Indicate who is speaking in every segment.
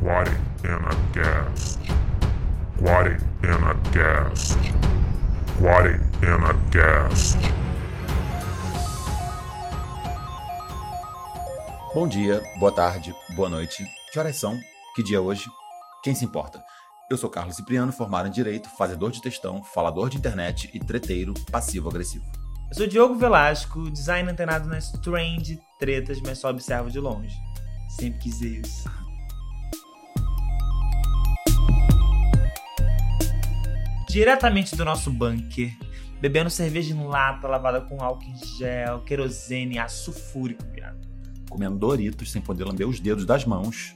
Speaker 1: Quarentena Cast. Quarentena Cast. Quarentena Cast.
Speaker 2: Bom dia, boa tarde, boa noite. Que horas são? Que dia é hoje? Quem se importa? Eu sou Carlos Cipriano, formado em Direito, fazedor de textão, falador de internet e treteiro passivo-agressivo.
Speaker 3: Eu sou Diogo Velasco, design antenado nas trend tretas, mas só observo de longe. Sempre quis dizer isso. Diretamente do nosso bunker, bebendo cerveja em lata lavada com álcool em gel, querosene, ácido fúrico, viado.
Speaker 2: Comendo Doritos sem poder lamber os dedos das mãos.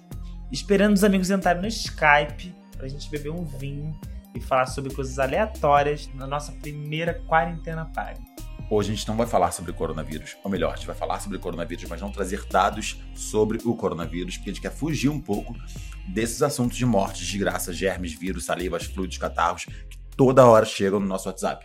Speaker 3: Esperando os amigos entrarem no Skype pra gente beber um vinho e falar sobre coisas aleatórias na nossa primeira quarentena party.
Speaker 2: Hoje a gente não vai falar sobre coronavírus. Ou melhor, a gente vai falar sobre coronavírus, mas não trazer dados sobre o coronavírus, porque a gente quer fugir um pouco desses assuntos de mortes, desgraça, germes, vírus, salivas, fluidos, catarros, que toda hora chegam no nosso WhatsApp.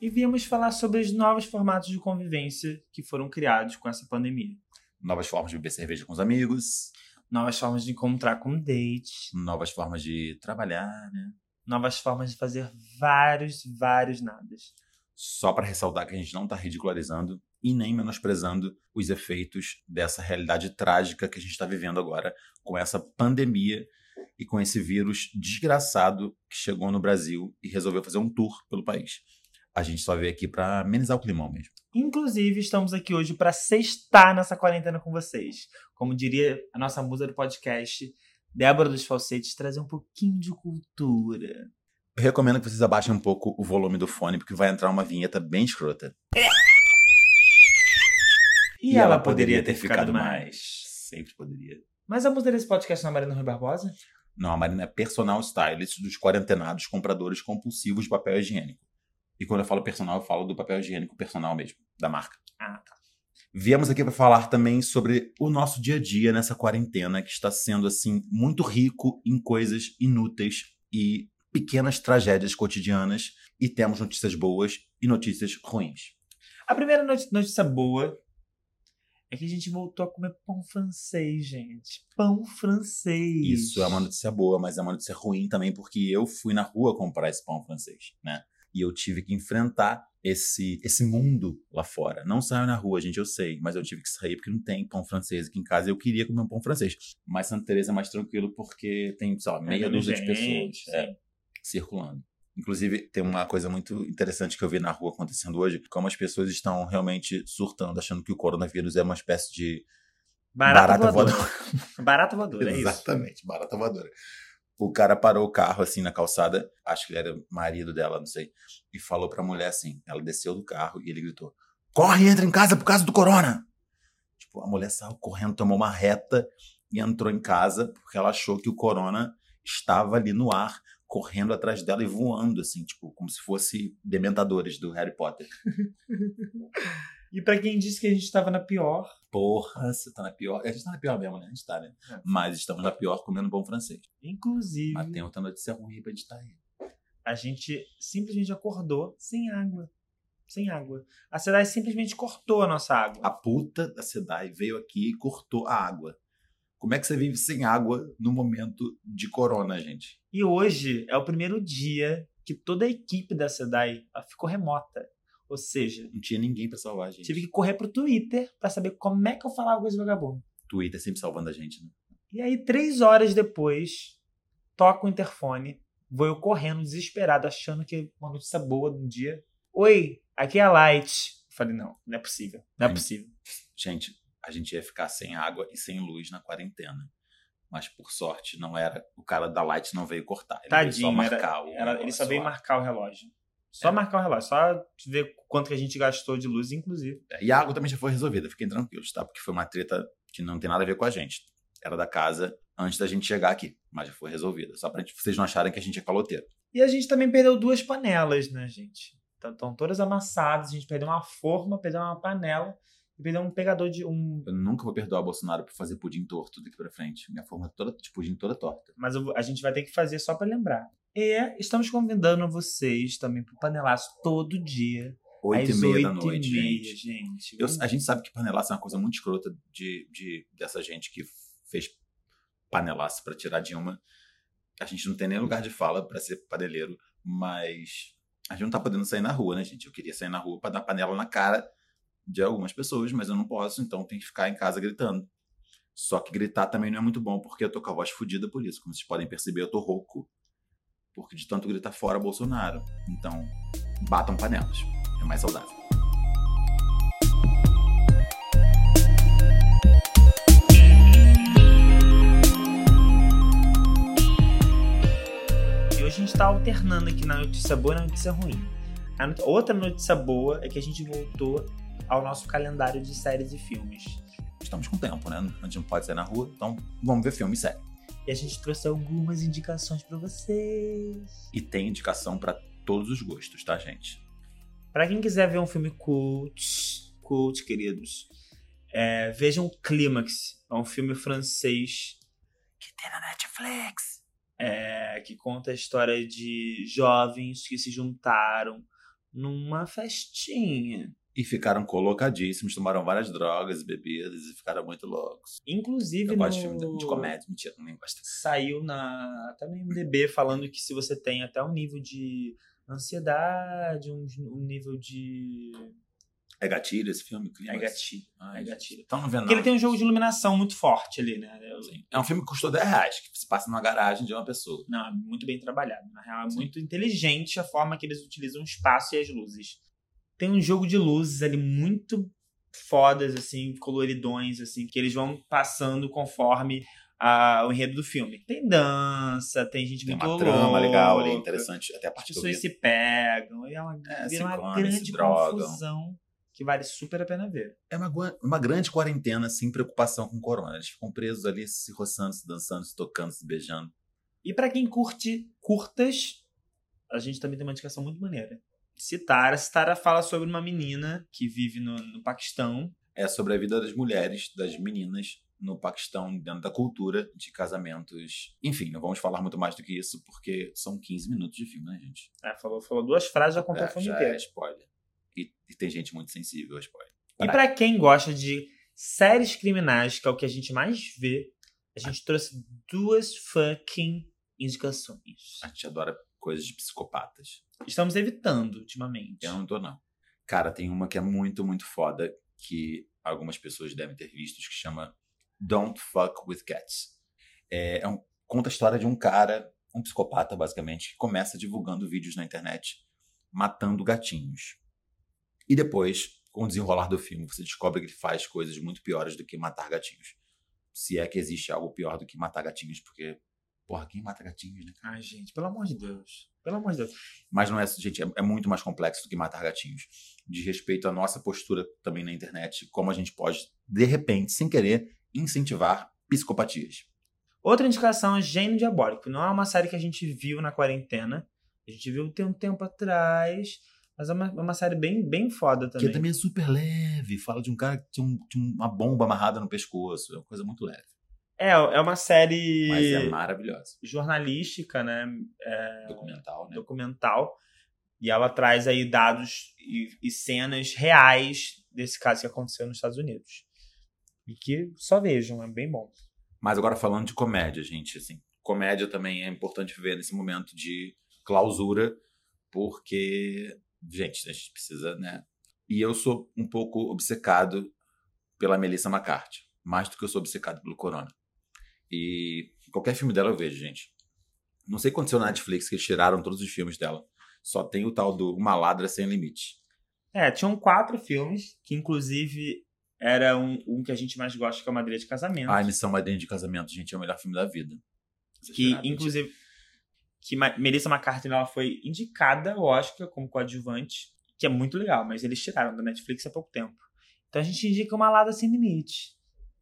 Speaker 3: E viemos falar sobre os novos formatos de convivência que foram criados com essa pandemia.
Speaker 2: Novas formas de beber cerveja com os amigos,
Speaker 3: Novas formas de encontrar com dates,
Speaker 2: novas formas de trabalhar, né?
Speaker 3: novas formas de fazer vários, vários nadas.
Speaker 2: Só para ressaltar que a gente não está ridicularizando e nem menosprezando os efeitos dessa realidade trágica que a gente está vivendo agora com essa pandemia e com esse vírus desgraçado que chegou no Brasil e resolveu fazer um tour pelo país. A gente só veio aqui para amenizar o climão mesmo.
Speaker 3: Inclusive, estamos aqui hoje para sextar nessa quarentena com vocês. Como diria a nossa musa do podcast, Débora dos Falsetes, trazer um pouquinho de cultura.
Speaker 2: Eu recomendo que vocês abaixem um pouco o volume do fone, porque vai entrar uma vinheta bem escrota.
Speaker 3: E, ela, poderia, ter ficado, mais.
Speaker 2: Sempre poderia.
Speaker 3: Mas a musa desse podcast não é a Marina Rui Barbosa?
Speaker 2: Não, a Marina é personal stylist dos quarentenados compradores compulsivos de papel higiênico. E quando eu falo personal, eu falo do papel higiênico personal mesmo, da marca.
Speaker 3: Ah, tá.
Speaker 2: Viemos aqui para falar também sobre o nosso dia a dia nessa quarentena, que está sendo, assim, muito rico em coisas inúteis e pequenas tragédias cotidianas. E temos notícias boas e notícias ruins.
Speaker 3: A primeira not- notícia boa é que a gente voltou a comer pão francês, gente. Pão francês.
Speaker 2: Isso é uma notícia boa, mas é uma notícia ruim também, porque eu fui na rua comprar esse pão francês, né? E eu tive que enfrentar esse, esse mundo lá fora. Não saiu na rua, gente, eu sei, mas eu tive que sair porque não tem pão francês aqui em casa. Eu queria comer um pão francês. Mas Santa Teresa é mais tranquilo porque tem, sei lá, meia dúzia de pessoas.
Speaker 3: Gente,
Speaker 2: é circulando. Inclusive, tem uma coisa muito interessante que eu vi na rua acontecendo hoje, como as pessoas estão realmente surtando, achando que o coronavírus é uma espécie de
Speaker 3: Barata,
Speaker 2: barata
Speaker 3: voadora.
Speaker 2: voadora.
Speaker 3: Barata voadora, é isso.
Speaker 2: Exatamente, barata voadora. O cara parou o carro assim na calçada, acho que ele era marido dela, não sei, e falou pra mulher assim, ela desceu do carro e ele gritou: "Corre, entra em casa por causa do corona". Tipo, a mulher saiu correndo, tomou uma reta e entrou em casa porque ela achou que o corona estava ali no ar, correndo atrás dela e voando assim, tipo, como se fosse dementadores do Harry Potter.
Speaker 3: E pra quem disse que a gente tava na pior,
Speaker 2: Porra, você tá na pior. A gente tá na pior mesmo, né? A gente tá, né?
Speaker 3: É. Uhum.
Speaker 2: Mas estamos na pior comendo bom francês.
Speaker 3: inclusive,
Speaker 2: Mas tem outra notícia ruim pra editar aí.
Speaker 3: a gente simplesmente acordou sem água. Sem água. A cidade simplesmente cortou a nossa água.
Speaker 2: A puta da SEDAI veio aqui e cortou a água. Como é que você vive sem água no momento de corona, gente?
Speaker 3: E hoje é o primeiro dia que toda a equipe da SEDAI ela ficou remota. Ou seja,
Speaker 2: Não tinha ninguém pra salvar a gente.
Speaker 3: tive que correr pro Twitter pra saber como é que eu falava com esse vagabundo.
Speaker 2: Twitter sempre salvando a gente, né?
Speaker 3: E aí, três horas depois, toco o interfone, vou eu correndo, desesperado, achando que é uma notícia boa de um dia. Oi, aqui é a Light. Eu falei, não, não é possível, não é
Speaker 2: Hum.
Speaker 3: possível.
Speaker 2: Gente, a gente ia ficar sem água e sem luz na quarentena. Mas por sorte, não era. O cara da Light não veio cortar. Ele veio só
Speaker 3: Tadinho, era-
Speaker 2: marcar o.
Speaker 3: Ela- ele só
Speaker 2: negócio
Speaker 3: veio
Speaker 2: lá.
Speaker 3: marcar o relógio. Só
Speaker 2: É.
Speaker 3: marcar o relógio, só ver quanto que a gente gastou de luz, inclusive.
Speaker 2: E a água também já foi resolvida, fiquem tranquilos, tá? Porque foi uma treta que não tem nada a ver com a gente. Era da casa antes da gente chegar aqui, mas já foi resolvida. Só pra gente- vocês não acharem que a gente é caloteiro.
Speaker 3: E a gente também perdeu duas panelas, né, gente? Estão todas amassadas, a gente perdeu uma forma, perdeu uma panela e perdeu um pegador de um.
Speaker 2: Eu nunca vou perdoar o Bolsonaro por fazer pudim torto daqui pra frente. Minha forma toda de pudim toda torta.
Speaker 3: Mas eu vou- a gente vai ter que fazer só pra lembrar. E estamos convidando vocês também pro panelaço todo dia.
Speaker 2: Oito
Speaker 3: às
Speaker 2: e meia
Speaker 3: oito
Speaker 2: da noite,
Speaker 3: e meia,
Speaker 2: gente.
Speaker 3: gente.
Speaker 2: Eu- a gente sabe que panelaço é uma coisa muito escrota de, de- dessa gente que fez panelaço pra tirar Dilma. A gente não tem nem lugar de fala pra ser paneleiro, mas a gente não tá podendo sair na rua, né, gente? Eu queria sair na rua pra dar panela na cara de algumas pessoas, mas eu não posso, então tem que ficar em casa gritando. Só que gritar também não é muito bom, porque eu tô com a voz fodida por isso. Como vocês podem perceber, eu tô rouco. Porque de tanto gritar fora Bolsonaro. Então, batam panelas. É mais saudável.
Speaker 3: E hoje a gente tá alternando aqui na notícia boa e na notícia ruim. A not- outra notícia boa é que a gente voltou ao nosso calendário de séries e filmes.
Speaker 2: Estamos com tempo, né? A gente não pode sair na rua, então vamos ver filme, sério.
Speaker 3: E a gente trouxe algumas indicações pra vocês.
Speaker 2: E tem indicação pra todos os gostos, tá, gente?
Speaker 3: Pra quem quiser ver um filme cult, cult, queridos, é, vejam Clímax. É um filme francês
Speaker 2: Que tem na Netflix.
Speaker 3: é, que conta a história de jovens que se juntaram numa festinha.
Speaker 2: E ficaram colocadíssimos, tomaram várias drogas e bebidas e ficaram muito loucos.
Speaker 3: Inclusive
Speaker 2: Eu
Speaker 3: no...
Speaker 2: gosto de filme de- de comédia, mentira, não nem gosto.
Speaker 3: saiu na até no IMDb falando que se você tem até um nível de ansiedade, um, um nível de
Speaker 2: É gatilho esse filme?
Speaker 3: é gatilho.
Speaker 2: Ai,
Speaker 3: é
Speaker 2: gente,
Speaker 3: gatilho.
Speaker 2: Então não vendo
Speaker 3: Porque ele tem um jogo de iluminação muito forte ali, né? Eu-
Speaker 2: É um filme que custou 10 reais, que se passa numa garagem de uma pessoa.
Speaker 3: Não, é muito bem trabalhado. Na real, é
Speaker 2: Sim.
Speaker 3: muito inteligente a forma que eles utilizam o espaço e as luzes. Tem um jogo de luzes ali muito fodas, assim, coloridões, assim, que eles vão passando conforme a- o enredo do filme. Tem dança, tem gente
Speaker 2: Tem
Speaker 3: muito
Speaker 2: uma trama legal ali,
Speaker 3: louca,
Speaker 2: interessante. Até a parte
Speaker 3: As
Speaker 2: do
Speaker 3: pessoas se pegam, e é uma,
Speaker 2: É,
Speaker 3: vira
Speaker 2: se
Speaker 3: uma
Speaker 2: comem, se
Speaker 3: grande
Speaker 2: drogam.
Speaker 3: confusão que vale super a pena ver.
Speaker 2: É uma, gua- uma grande quarentena sem preocupação com o corona. Eles ficam presos ali, se roçando, se dançando, se tocando, se beijando.
Speaker 3: E pra quem curte curtas, a gente também tem uma indicação muito maneira. Citara. Citara fala sobre uma menina que vive no, no Paquistão.
Speaker 2: É sobre a vida das mulheres, das meninas no Paquistão, dentro da cultura de casamentos. Enfim, não vamos falar muito mais do que isso, porque são 15 minutos de filme, né, gente?
Speaker 3: Ela falou, falou duas frases, já contou o filme
Speaker 2: já
Speaker 3: inteiro.
Speaker 2: é spoiler. E, e tem gente muito sensível a spoiler.
Speaker 3: E pra quem gosta de séries criminais, que é o que a gente mais vê, a gente trouxe duas fucking indicações.
Speaker 2: A gente adora coisas de psicopatas.
Speaker 3: Estamos evitando ultimamente.
Speaker 2: Eu não tô, não. Cara, tem uma que é muito, muito foda, que algumas pessoas devem ter visto, que chama Don't Fuck With Cats. É, é um- conta a história de um cara, um psicopata, basicamente, que começa divulgando vídeos na internet matando gatinhos. E depois, com o desenrolar do filme, você descobre que ele faz coisas muito piores do que matar gatinhos. Se é que existe algo pior do que matar gatinhos, porque, porra, quem mata gatinhos, né?
Speaker 3: Ai, gente, pelo amor de Deus. Pelo amor de Deus.
Speaker 2: Mas não é, gente, é, é muito mais complexo do que matar gatinhos. De respeito à nossa postura também na internet, como a gente pode, de repente, sem querer, incentivar psicopatias.
Speaker 3: Outra indicação é Gênio Diabólico. Não é uma série que a gente viu na quarentena. A gente viu tem um tempo atrás. Mas é uma, é uma série bem, bem foda também.
Speaker 2: Que também é super leve. Fala de um cara que tinha, um- tinha uma bomba amarrada no pescoço. É uma coisa muito leve.
Speaker 3: É, é uma série
Speaker 2: Mas é maravilhosa.
Speaker 3: jornalística, né? É,
Speaker 2: Documental, né?
Speaker 3: documental. E ela traz aí dados e, e cenas reais desse caso que aconteceu nos Estados Unidos. E que só vejam, é bem bom.
Speaker 2: Mas agora falando de comédia, gente, assim, comédia também é importante ver nesse momento de clausura, porque, gente, a gente precisa, né? E eu sou um pouco obcecado pela Melissa McCarthy, mais do que eu sou obcecado pelo Corona. E qualquer filme dela eu vejo, gente. Não sei o que aconteceu na Netflix, que eles tiraram todos os filmes dela. Só tem o tal do Uma Ladra Sem Limite.
Speaker 3: É, tinham quatro filmes, que inclusive era um, um que a gente mais gosta, que é o Madeira de Casamento.
Speaker 2: Ai, Missão Madrinha de Casamento, gente, é o melhor filme da vida.
Speaker 3: que
Speaker 2: Exagerado, gente.
Speaker 3: inclusive que Ma- Melissa McCarthy ela foi indicada ao Oscar como coadjuvante, que é muito legal, mas eles tiraram da Netflix há pouco tempo. Então a gente indica uma Lada Sem Limite,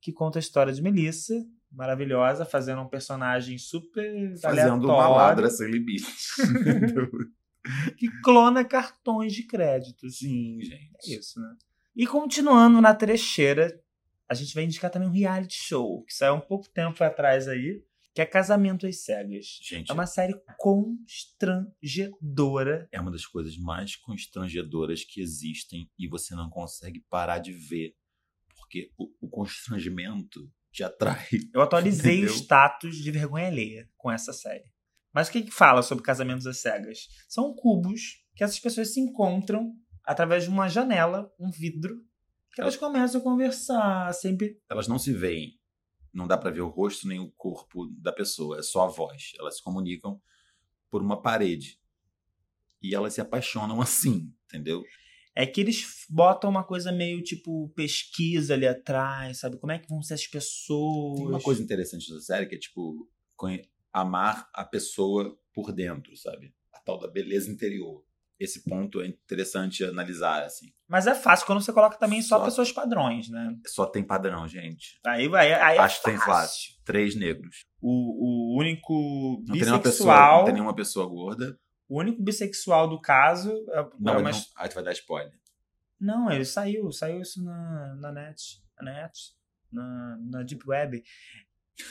Speaker 3: que conta a história de Melissa, maravilhosa, fazendo um personagem super
Speaker 2: Fazendo
Speaker 3: tá aleatório,
Speaker 2: Uma Ladra Sem Limite.
Speaker 3: que clona cartões de crédito.
Speaker 2: Sim, gente.
Speaker 3: É isso, né? E continuando na trecheira, a gente vai indicar também um reality show, que saiu um pouco tempo atrás aí, que é Casamento às Cegas.
Speaker 2: Gente,
Speaker 3: É uma série constrangedora.
Speaker 2: é uma das coisas mais constrangedoras que existem e você não consegue parar de ver. Porque o, o constrangimento te atrai.
Speaker 3: Eu atualizei
Speaker 2: Entendeu?
Speaker 3: o status de vergonha alheia com essa série. Mas o que, que fala sobre casamentos às cegas? São cubos que essas pessoas se encontram através de uma janela, um vidro, que
Speaker 2: É.
Speaker 3: elas começam a conversar sempre.
Speaker 2: Elas não se veem. Não dá pra ver o rosto nem o corpo da pessoa, é só a voz. Elas se comunicam por uma parede. E elas se apaixonam assim, entendeu?
Speaker 3: É que eles botam uma coisa meio tipo pesquisa ali atrás, sabe? Como é que vão ser as pessoas?
Speaker 2: Tem uma coisa interessante dessa série que é tipo conhe- amar a pessoa por dentro, sabe? A tal da beleza interior. Esse ponto é interessante analisar, assim.
Speaker 3: Mas é fácil quando você coloca também só,
Speaker 2: Só-
Speaker 3: pessoas padrões, né?
Speaker 2: Só tem padrão, gente.
Speaker 3: Aí vai. Aí é
Speaker 2: Acho que tem
Speaker 3: fácil.
Speaker 2: fácil. Três negros.
Speaker 3: O, o único
Speaker 2: Não tem nenhuma pessoa,
Speaker 3: bissexual.
Speaker 2: não tem nenhuma pessoa gorda.
Speaker 3: O único bissexual do caso. É,
Speaker 2: Não,
Speaker 3: é
Speaker 2: ele
Speaker 3: uma-
Speaker 2: não... Ah, tu vai dar spoiler.
Speaker 3: Não, ele saiu, saiu isso na, na net, na net, na, na Deep Web.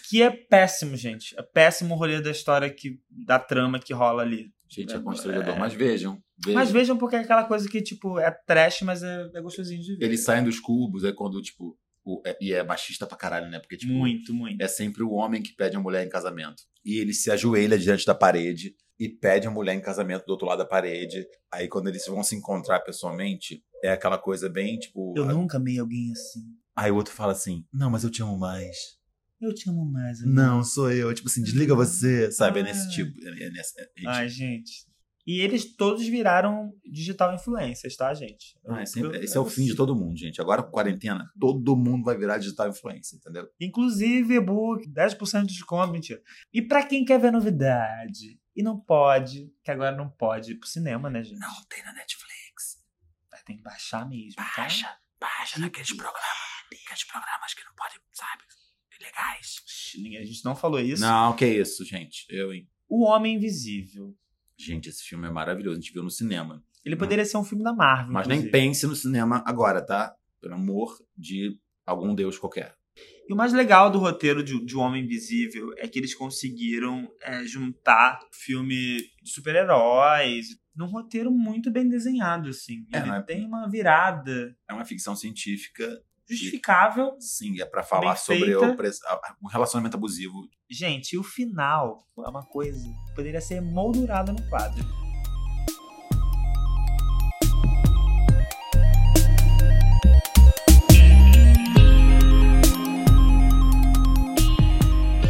Speaker 3: Que é péssimo, gente. É péssimo o rolê da história que, da trama que rola ali.
Speaker 2: Gente,
Speaker 3: É,
Speaker 2: é constrangedor.
Speaker 3: é.
Speaker 2: Mas vejam. vejam.
Speaker 3: Mas vejam porque é aquela coisa que, tipo, é trash, mas é, é gostosinho de ver.
Speaker 2: Eles saem dos cubos, é quando, tipo. o- é- E é machista pra caralho, né? Porque, tipo,
Speaker 3: Muito, muito.
Speaker 2: é sempre o homem que pede a mulher em casamento. E ele se ajoelha diante da parede e pede a mulher em casamento do outro lado da parede. Aí quando eles vão se encontrar pessoalmente, é aquela coisa bem tipo.
Speaker 3: Eu nunca amei alguém assim.
Speaker 2: Aí o outro fala assim: Não, mas eu te amo mais.
Speaker 3: Eu te amo mais. amigo.
Speaker 2: Não, sou eu. Tipo assim, desliga você. Sabe? É
Speaker 3: Uhum. Ah.
Speaker 2: nesse tipo. É, é nessa, é- é-
Speaker 3: Ai, gente. E eles todos viraram digital influencers, tá, gente?
Speaker 2: Ah, é sempre-
Speaker 3: Eu-
Speaker 2: esse é o fim de todo mundo, gente. Agora com quarentena, todo mundo vai virar digital influencer, entendeu?
Speaker 3: Inclusive, e-book, 10% de desconto, mentira. E pra quem quer ver novidade e não pode, que agora não pode ir pro cinema, né, gente?
Speaker 2: Não tem na Netflix.
Speaker 3: Vai ter que baixar mesmo, tá? é?
Speaker 2: Baixa, baixa naqueles programas. Aqueles programas que não podem, sabe? Legais.
Speaker 3: Shhh, A gente não falou isso.
Speaker 2: Não, que isso, gente. Eu, hein?
Speaker 3: O Homem Invisível.
Speaker 2: Gente, esse filme é maravilhoso. A gente viu no cinema.
Speaker 3: Ele poderia ser um filme da Marvel,
Speaker 2: Mas nem
Speaker 3: inclusive.
Speaker 2: pense no cinema agora, tá? Pelo amor de algum deus qualquer.
Speaker 3: E o mais legal do roteiro de, de O Homem Invisível é que eles conseguiram é, juntar filme de super-heróis num roteiro muito bem desenhado, assim.
Speaker 2: É,
Speaker 3: Ele
Speaker 2: não é-
Speaker 3: tem uma virada
Speaker 2: É uma ficção científica,
Speaker 3: justificável.
Speaker 2: sim, é pra falar
Speaker 3: Bem
Speaker 2: sobre
Speaker 3: feita.
Speaker 2: o pres- a- a- um relacionamento abusivo.
Speaker 3: Gente, e o final é uma coisa que poderia ser moldurada no quadro.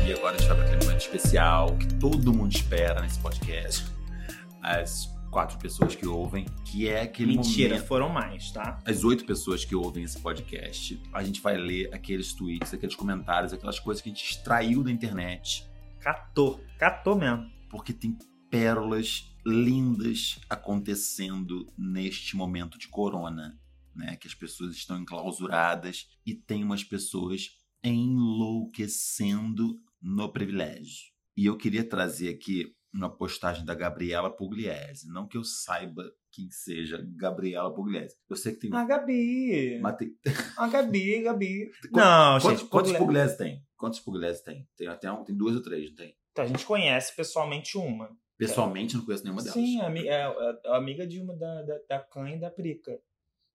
Speaker 2: E agora a gente vai pra aquele momento especial que todo mundo espera nesse podcast. As quatro pessoas que ouvem, que é aquele
Speaker 3: Mentira,
Speaker 2: momento.
Speaker 3: foram mais, tá?
Speaker 2: as oito pessoas que ouvem esse podcast, a gente vai ler aqueles tweets, aqueles comentários, aquelas coisas que a gente extraiu da internet,
Speaker 3: Catou, catou mesmo.
Speaker 2: porque tem pérolas lindas acontecendo neste momento de corona, né? Que as pessoas estão enclausuradas e tem umas pessoas enlouquecendo no privilégio. E eu queria trazer aqui uma postagem da Gabriela Pugliese, não que eu saiba quem seja Gabriela Pugliese. Eu sei que tem um
Speaker 3: A Gabi,
Speaker 2: mas tem-
Speaker 3: a Ah, Gabi, Gabi.
Speaker 2: Quantos-
Speaker 3: Não,
Speaker 2: Quantos,
Speaker 3: gente,
Speaker 2: quantos
Speaker 3: Pugliese-
Speaker 2: Pugliese tem? Quantos Pugliese tem? Tem até um, tem duas ou três, não tem?
Speaker 3: Então, a gente conhece pessoalmente uma.
Speaker 2: Pessoalmente, eu não conheço nenhuma delas.
Speaker 3: Sim, a ami- é, é- é amiga de uma da, da, da Khan e da Prica.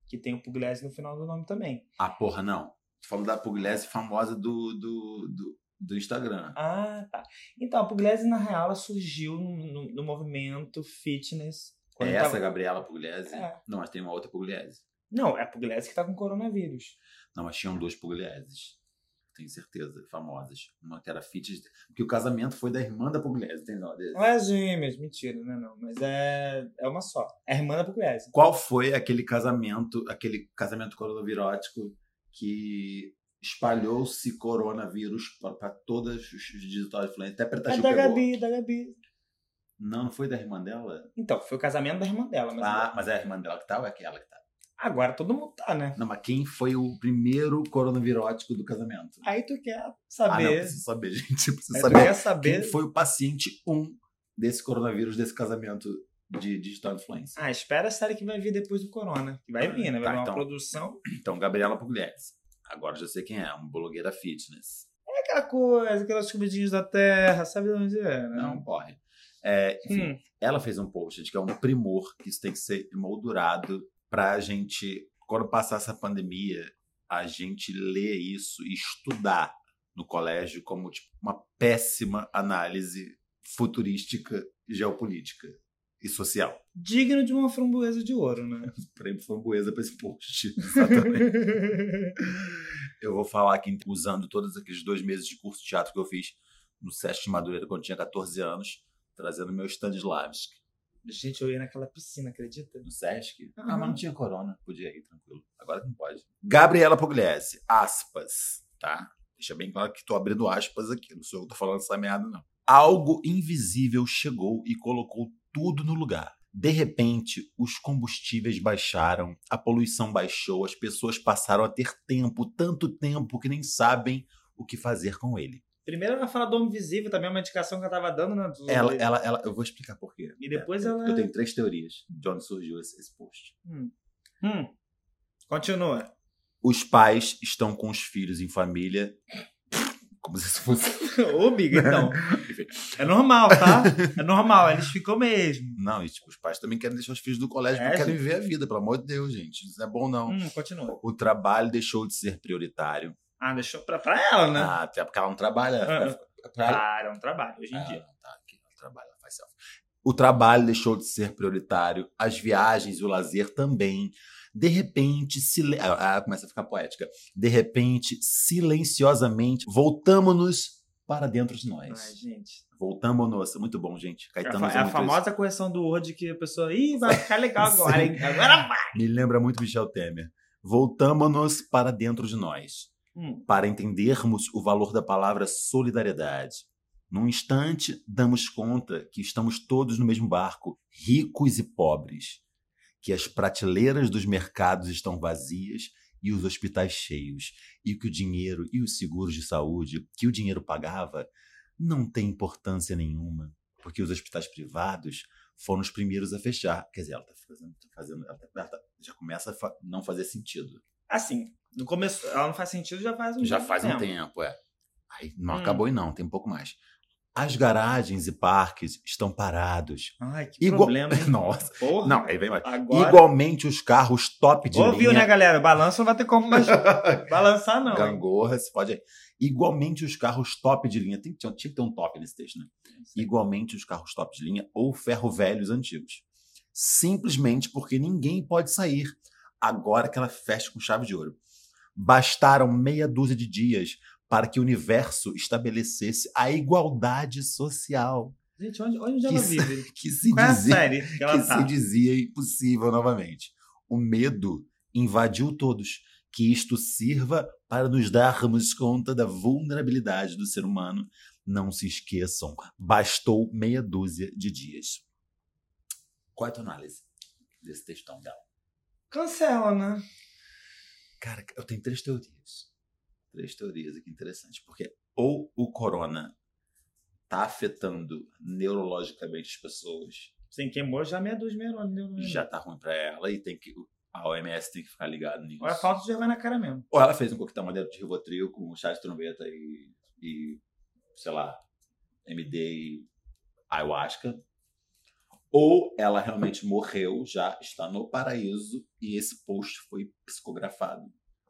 Speaker 3: Que tem o Pugliese no final do nome também.
Speaker 2: Ah, porra, não. Tô falando da Pugliese famosa do, do, do, do Instagram. É
Speaker 3: Ah, tá. Então, a Pugliese, na real, ela surgiu no, no- no movimento fitness.
Speaker 2: é
Speaker 3: quando
Speaker 2: essa
Speaker 3: tava-
Speaker 2: Gabriela Pugliese?
Speaker 3: É.
Speaker 2: Não, mas tem uma outra Pugliese.
Speaker 3: Não, é a Pugliese que tá com coronavírus.
Speaker 2: Não, mas tinham duas Puglieses. Tenho certeza, famosas. Uma que era fitness. Porque o casamento foi da irmã da Pugliese, tem não?
Speaker 3: Não é gêmeas, mentira, né? Não, mas é, é uma só. É a irmã da Pugliese.
Speaker 2: Qual foi aquele casamento, aquele casamento coronavirótico que espalhou-se coronavírus para todas os os digital influencers? Até Preta
Speaker 3: É
Speaker 2: Gil
Speaker 3: da
Speaker 2: pegou.
Speaker 3: Gabi, da Gabi.
Speaker 2: Não, não foi da irmã dela?
Speaker 3: Então, foi o casamento da irmã dela, mas
Speaker 2: ah, mas é a irmã dela que tá ou é aquela que tá?
Speaker 3: agora todo mundo tá, né?
Speaker 2: Não, mas quem foi o primeiro coronavirótico do casamento?
Speaker 3: Aí tu quer
Speaker 2: Ah, não, eu
Speaker 3: saber.
Speaker 2: preciso saber, gente. Eu preciso
Speaker 3: aí tu
Speaker 2: saber
Speaker 3: quer saber.
Speaker 2: quem foi o paciente 1 desse coronavírus, desse casamento de digital influencer.
Speaker 3: Ah, espera a série que vai vir depois do Corona. Que vai vir, né? Vai
Speaker 2: Tá,
Speaker 3: vir uma
Speaker 2: então.
Speaker 3: produção.
Speaker 2: Então, Gabriela Pugliese. Agora já sei quem é, uma blogueira fitness.
Speaker 3: É aquela coisa, aquelas comidinhas da terra, sabe de onde é, né?
Speaker 2: Não, corre. É, enfim,
Speaker 3: Hum,
Speaker 2: ela fez um post de que é um primor, que isso tem que ser emoldurado pra gente, quando passar essa pandemia, a gente ler isso e estudar no colégio como tipo, uma péssima análise futurística, geopolítica e social.
Speaker 3: Digno de uma framboesa de ouro, né?
Speaker 2: Prêmio Framboesa para esse post. Exatamente. eu vou falar que usando todos aqueles dois meses de curso de teatro que eu fiz no SESC de Madureira quando eu tinha 14 anos, trazendo meu Stanislavski
Speaker 3: Gente, eu ia naquela piscina, acredita?
Speaker 2: no SESC. Ah,
Speaker 3: Aham.
Speaker 2: mas não tinha corona. Podia ir, tranquilo. Agora não pode. Gabriela Pugliese, aspas, tá? Deixa bem claro que tô abrindo aspas aqui. Não sou eu que tô falando essa merda, não. Algo invisível chegou e colocou tudo no lugar. De repente, os combustíveis baixaram, a poluição baixou, as pessoas passaram a ter tempo, tanto tempo que nem sabem o que fazer com ele.
Speaker 3: Primeiro ela fala do homem visível, também é uma indicação que ela tava dando, né? do-
Speaker 2: Ela, é ela, ela, eu vou explicar por quê.
Speaker 3: E depois
Speaker 2: É, eu-
Speaker 3: ela-
Speaker 2: Eu tenho três teorias de onde surgiu esse- esse post.
Speaker 3: Hum. Hum. Continua.
Speaker 2: os pais estão com os filhos em família. Como se isso fosse.
Speaker 3: Ô, Big, então. É normal, tá? É normal, eles ficam mesmo.
Speaker 2: Não, e tipo, os pais também querem deixar os filhos do colégio,
Speaker 3: É,
Speaker 2: porque querem
Speaker 3: gente.
Speaker 2: viver a vida, pelo amor de Deus, gente. Isso não é bom, não.
Speaker 3: Hum, continua.
Speaker 2: O trabalho deixou de ser prioritário.
Speaker 3: Ah, deixou pra, pra ela, né?
Speaker 2: Ah, até porque ela não trabalha. né?
Speaker 3: Ah,
Speaker 2: fica- fica pra ela.
Speaker 3: Claro, é um trabalho hoje em
Speaker 2: Ah,
Speaker 3: dia.
Speaker 2: não, tá, aqui, ela trabalha, ela faz selfie. O trabalho deixou de ser prioritário, as viagens e o lazer também. De repente, silen... ah, ah, começa a ficar poética. De repente, silenciosamente, voltamos-nos para dentro de nós.
Speaker 3: Ai, gente.
Speaker 2: Voltamos, nossa, muito bom, gente.
Speaker 3: É a
Speaker 2: Caetano
Speaker 3: fa-
Speaker 2: usa
Speaker 3: é a
Speaker 2: muito
Speaker 3: famosa correção do Word que a pessoa. Ih, vai ficar legal
Speaker 2: Sim.
Speaker 3: agora, hein? Agora vai!
Speaker 2: isso. Me lembra muito Michel Temer. Voltamos-nos para dentro de nós,
Speaker 3: Hum.
Speaker 2: para entendermos o valor da palavra solidariedade. Num instante, damos conta que estamos todos no mesmo barco, ricos e pobres, que as prateleiras dos mercados estão vazias e os hospitais cheios, e que o dinheiro e os seguros de saúde que o dinheiro pagava não tem importância nenhuma, porque os hospitais privados foram os primeiros a fechar. Quer dizer, ela tá fazendo, tá fazendo ela tá- ela tá- já começa a fa- não fazer sentido.
Speaker 3: Assim, no começo, ela não faz sentido, já faz um
Speaker 2: Já faz um tempo, é. Aí não acabou e não, tem um pouco mais. As garagens e parques estão parados.
Speaker 3: Ai, que
Speaker 2: Igual-
Speaker 3: problema, hein?
Speaker 2: Nossa.
Speaker 3: Porra.
Speaker 2: Não, aí vem mais.
Speaker 3: Agora.
Speaker 2: Igualmente os carros top de
Speaker 3: Ouviu,
Speaker 2: linha
Speaker 3: né, galera? Balanço não vai ter como mais balançar, não. é. hein?
Speaker 2: Gangorra, se pode. Igualmente os carros top de linha. Tem, tinha, tinha que ter um top nesse texto, né? Igualmente os carros top de linha ou ferro velhos antigos. Simplesmente porque ninguém pode sair. Agora que ela fecha com chave de ouro. Bastaram meia dúzia de dias para que o universo estabelecesse a igualdade social
Speaker 3: Gente, onde, onde ela
Speaker 2: Isso.
Speaker 3: vive?
Speaker 2: que se
Speaker 3: Qual é a
Speaker 2: dizia
Speaker 3: série que ela
Speaker 2: que
Speaker 3: tá?
Speaker 2: se dizia impossível novamente. O medo invadiu todos. Que isto sirva para nos darmos conta da vulnerabilidade do ser humano. Não se esqueçam, bastou meia dúzia de dias. Qual é a tua análise desse textão dela?
Speaker 3: Cancela, né?
Speaker 2: Cara, eu tenho três teorias. Três teorias aqui interessantes. Porque ou o corona está afetando neurologicamente as pessoas
Speaker 3: Sem queimou já meia dúzia, meia hora, meia hora.
Speaker 2: já tá ruim pra ela e tem que a OMS tem que ficar ligado nisso.
Speaker 3: Ou é falta já vai na cara mesmo.
Speaker 2: Ou ela fez um coquetel madeiro de Rivotril com chá de trombeta e, e sei lá, MD e ayahuasca. Ou ela realmente morreu, já está no paraíso e esse post foi psicografado.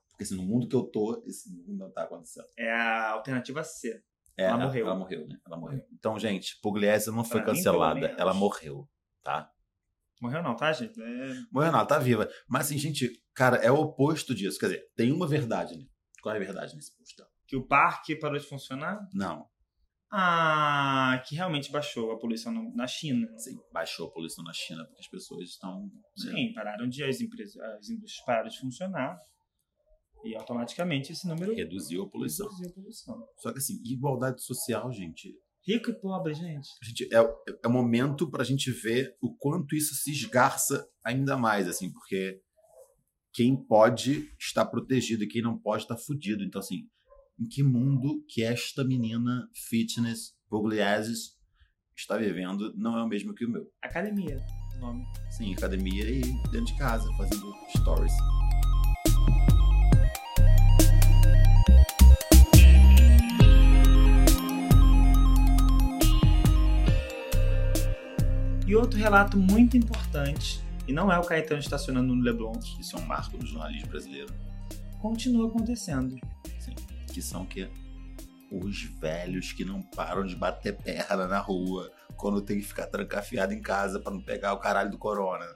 Speaker 2: Porque assim, no mundo que eu tô, isso não tá acontecendo.
Speaker 3: É a alternativa C.
Speaker 2: É,
Speaker 3: Ela morreu.
Speaker 2: Ela morreu, né? Ela morreu. Então, gente, Pugliese não foi
Speaker 3: Pra mim, pelo
Speaker 2: cancelada.
Speaker 3: menos.
Speaker 2: Ela morreu, tá?
Speaker 3: Morreu não, tá, gente? É...
Speaker 2: Morreu não, ela tá viva. Mas assim, gente, cara, é o oposto disso. Quer dizer, tem uma verdade, né? Qual é a verdade nesse post?
Speaker 3: Que o parque parou de funcionar.
Speaker 2: Não,
Speaker 3: Ah, que realmente baixou a poluição no- na China.
Speaker 2: assim, baixou a poluição na China porque as pessoas estão. né?
Speaker 3: Sim, pararam de as empresas, as indústrias pararam de funcionar. E automaticamente esse número
Speaker 2: Reduziu a poluição.
Speaker 3: reduziu a poluição.
Speaker 2: Só que assim, igualdade social, gente.
Speaker 3: Rico e pobre, gente.
Speaker 2: gente é, é o momento pra gente ver o quanto isso se esgarça ainda mais, assim, porque quem pode está protegido e quem não pode está fudido. Então, assim, em que mundo que esta menina fitness, Pugliese, está vivendo não é o mesmo que o meu.
Speaker 3: Academia, o nome.
Speaker 2: Sim, academia e dentro de casa, fazendo stories.
Speaker 3: E outro relato muito importante, e não é o Caetano estacionando no Leblon,
Speaker 2: Isso é um marco do jornalismo brasileiro.
Speaker 3: continua acontecendo.
Speaker 2: Que são o quê? Os velhos que não param de bater perna na rua quando tem que ficar trancafiado em casa pra não pegar o caralho do corona.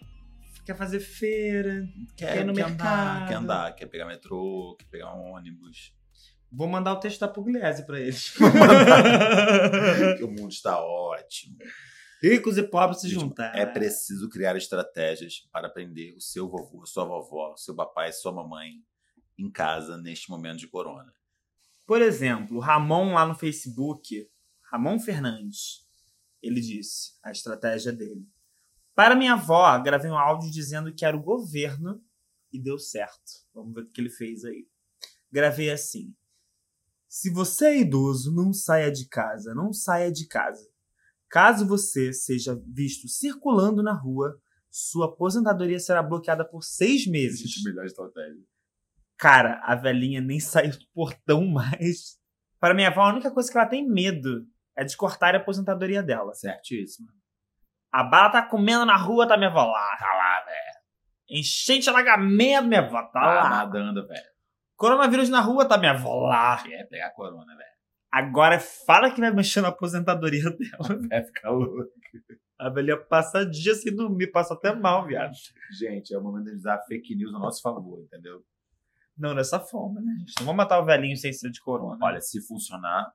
Speaker 3: Quer fazer feira.
Speaker 2: Quer,
Speaker 3: Quer ir no
Speaker 2: quer andar,
Speaker 3: mercado.
Speaker 2: quer andar, quer pegar metrô, quer pegar um ônibus.
Speaker 3: Vou mandar o texto da Pugliese pra eles.
Speaker 2: que o mundo está ótimo.
Speaker 3: Ricos e pobres se
Speaker 2: Gente,
Speaker 3: juntar.
Speaker 2: É preciso criar estratégias para prender o seu vovô, sua vovó, seu papai, sua mamãe em casa neste momento de corona.
Speaker 3: Por exemplo, o Ramon lá no Facebook, Ramon Fernandes, ele disse a estratégia dele. Para minha avó, gravei um áudio dizendo que era o governo e deu certo. Vamos ver o que ele fez aí. Gravei assim: Se você é idoso, não saia de casa, não saia de casa. Caso você seja visto circulando na rua, sua aposentadoria será bloqueada por seis meses.
Speaker 2: melhor estratégia.
Speaker 3: Cara, a velhinha nem saiu do portão mais. Para minha avó, a única coisa que ela tem medo é de cortar a aposentadoria dela.
Speaker 2: Certíssimo.
Speaker 3: A bala tá comendo na rua, tá minha avó lá. Tá lá, velho. Enchente de alagamento, minha avó, tá
Speaker 2: né? Tá
Speaker 3: lá.
Speaker 2: nadando, velho.
Speaker 3: Coronavírus na rua, tá minha avó lá.
Speaker 2: Quer pegar corona, velho.
Speaker 3: Agora fala que vai mexer na aposentadoria dela.
Speaker 2: É ficar louco.
Speaker 3: A velhinha passa dia sem dormir, passa até mal, viado.
Speaker 2: Gente, é o momento de usar fake news a nosso favor, entendeu?
Speaker 3: Não dessa forma, né? gente? Não vamos matar o velhinho sem ser de corona.
Speaker 2: Olha, se funcionar,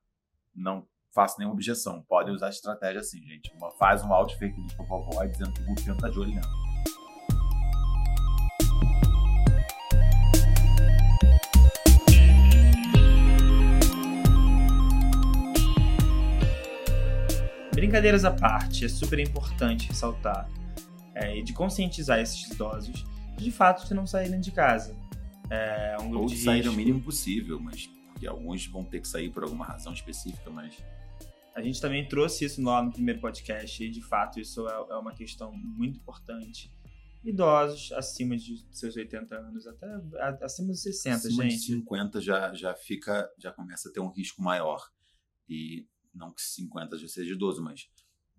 Speaker 2: não faço nenhuma objeção. Podem usar estratégia assim, gente. Uma- Faz um áudio fake news pra vovó dizendo que o governo tá de olho nela.
Speaker 3: Brincadeiras à parte, é super importante ressaltar é, e de conscientizar esses idosos de fato de não saírem de casa. É um grupo
Speaker 2: Ou
Speaker 3: de
Speaker 2: sair o
Speaker 3: risco.
Speaker 2: mínimo possível, mas. Porque alguns vão ter que sair por alguma razão específica, mas.
Speaker 3: A gente também trouxe isso lá no primeiro podcast e de fato isso é, é uma questão muito importante. Idosos acima de seus 80 anos, até a- acima dos 60,
Speaker 2: acima de
Speaker 3: gente.
Speaker 2: 50 já, já fica, já começa a ter um risco maior. E não que 50 já seja idoso, mas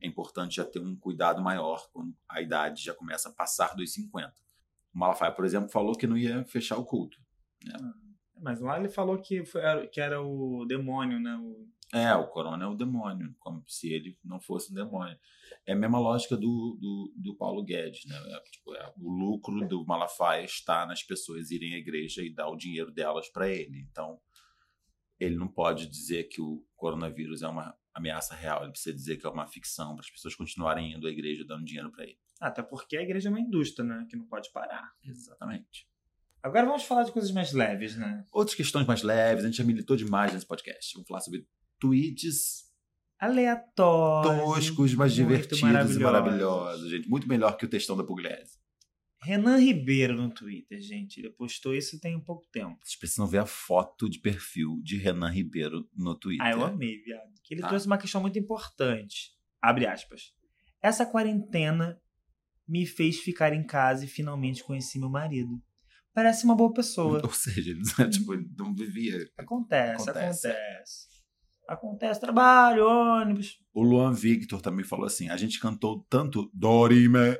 Speaker 2: é importante já ter um cuidado maior quando a idade já começa a passar dos 50. O Malafaia, por exemplo, falou que não ia fechar o culto.
Speaker 3: Mas lá ele falou que, foi- era- que era o demônio, né? O-
Speaker 2: É, o corona é o demônio, como se ele não fosse um demônio. É a mesma lógica do, do, do Paulo Guedes, né? É, tipo, é, o lucro do Malafaia está nas pessoas irem à igreja e dar o dinheiro delas para ele. Então, ele não pode dizer que o coronavírus é uma ameaça real, ele precisa dizer que é uma ficção para as pessoas continuarem indo à igreja dando dinheiro para ele.
Speaker 3: Até porque a igreja é uma indústria, né? Que não pode parar.
Speaker 2: Exatamente.
Speaker 3: Agora vamos falar de coisas mais leves, né?
Speaker 2: Outras questões mais leves, a gente já militou demais nesse podcast. Vamos falar sobre tweets
Speaker 3: aleatório.
Speaker 2: toscos, mas
Speaker 3: muito
Speaker 2: divertidos
Speaker 3: maravilhosos.
Speaker 2: e maravilhosos, gente. Muito melhor que o textão da Pugliese.
Speaker 3: Renan Ribeiro no Twitter, gente. Ele postou isso tem um pouco tempo.
Speaker 2: Vocês precisam ver a foto de perfil de Renan Ribeiro no Twitter.
Speaker 3: Ah, eu amei, viado. Que ele
Speaker 2: Ah.
Speaker 3: trouxe uma questão muito importante. Abre aspas. Essa quarentena me fez ficar em casa e finalmente conheci meu marido. Parece uma boa pessoa.
Speaker 2: Ou seja, ele não- tipo, ele não vivia.
Speaker 3: Acontece,
Speaker 2: Acontece. é.
Speaker 3: acontece. Acontece trabalho, ônibus.
Speaker 2: O Luan Victor também falou assim: a gente cantou tanto Dorime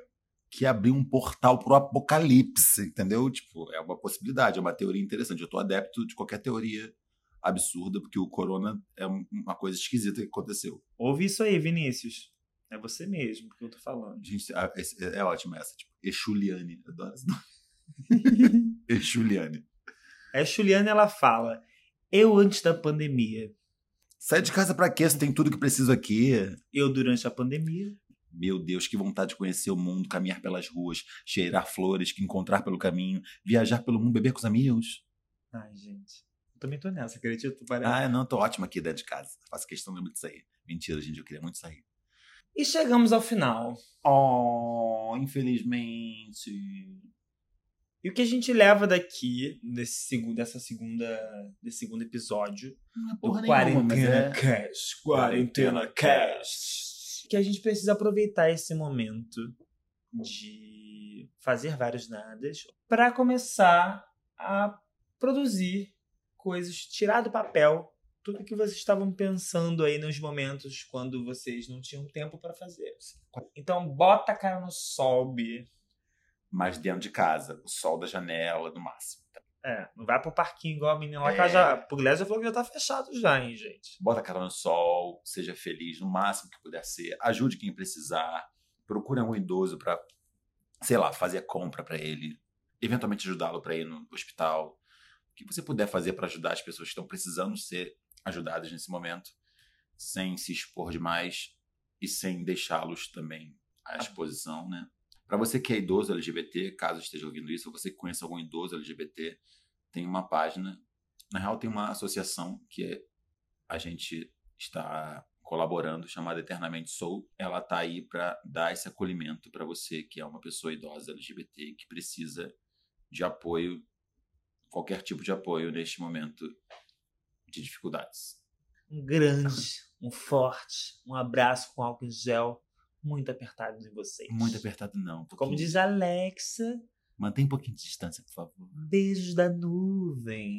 Speaker 2: que abriu um portal pro apocalipse, entendeu? Tipo, é uma possibilidade, é uma teoria interessante. Eu tô adepto de qualquer teoria absurda, porque o corona é um- uma coisa esquisita que aconteceu.
Speaker 3: Ouve isso aí, Vinícius. É você mesmo que eu tô falando.
Speaker 2: Gente, a- esse- é ótima essa, tipo, Exuliane. Eu Adoro esse nome. Exuliane.
Speaker 3: Aí a Juliana ela fala: Eu antes da pandemia,
Speaker 2: Sai de casa pra quê? Você tem tudo que precisa aqui.
Speaker 3: eu durante a pandemia,
Speaker 2: Meu Deus, que vontade de conhecer o mundo, caminhar pelas ruas, cheirar flores, que encontrar pelo caminho, viajar pelo mundo, beber com os amigos.
Speaker 3: Ai, gente. Eu também tô nessa, acredito. Parece.
Speaker 2: Ah, não, tô ótimo aqui dentro de casa. Faço questão mesmo de sair. Mentira, gente, eu queria muito sair.
Speaker 3: E chegamos ao final.
Speaker 2: Oh, infelizmente.
Speaker 3: E o que a gente leva daqui, desse, segu- dessa segunda, desse segundo episódio
Speaker 2: Não é
Speaker 3: do
Speaker 2: porra nenhuma, mas
Speaker 3: Quarentena
Speaker 2: é...
Speaker 3: Cast, Quarentena Cast, que a gente precisa aproveitar esse momento de fazer vários nadas para começar a produzir coisas, tirar do papel tudo que vocês estavam pensando aí nos momentos quando vocês não tinham tempo para fazer. Então bota a cara no sol, Bia.
Speaker 2: Mas dentro de casa, o sol da janela, no máximo.
Speaker 3: É, não vai pro parquinho igual a menina lá que ela já. Por Léo já falou que já tá fechado já, hein, gente.
Speaker 2: Bota a cara no sol, seja feliz no máximo que puder ser, ajude quem precisar, procure algum idoso pra, sei lá, fazer a compra pra ele, eventualmente ajudá-lo pra ir no hospital. O que você puder fazer pra ajudar as pessoas que estão precisando ser ajudadas nesse momento, sem se expor demais e sem deixá-los também à exposição, né? Pra você que é idoso LGBT, caso esteja ouvindo isso, ou você que conhece algum idoso LGBT, tem uma página. Na real, tem uma associação que é a gente está colaborando, chamada Eternamente Soul. Ela tá aí para dar esse acolhimento para você que é uma pessoa idosa LGBT que precisa de apoio, qualquer tipo de apoio neste momento de dificuldades.
Speaker 3: Um grande, um forte, um abraço com álcool em gel, muito apertado em vocês.
Speaker 2: Muito apertado não. um
Speaker 3: Como
Speaker 2: pouquinho.
Speaker 3: diz a Alexa,
Speaker 2: Mantém um pouquinho de distância, por favor.
Speaker 3: beijos da nuvem.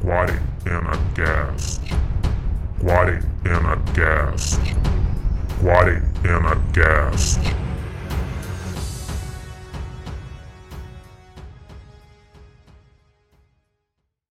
Speaker 1: Squatting in a gas. Squatting in a gas. Squatting in a gas.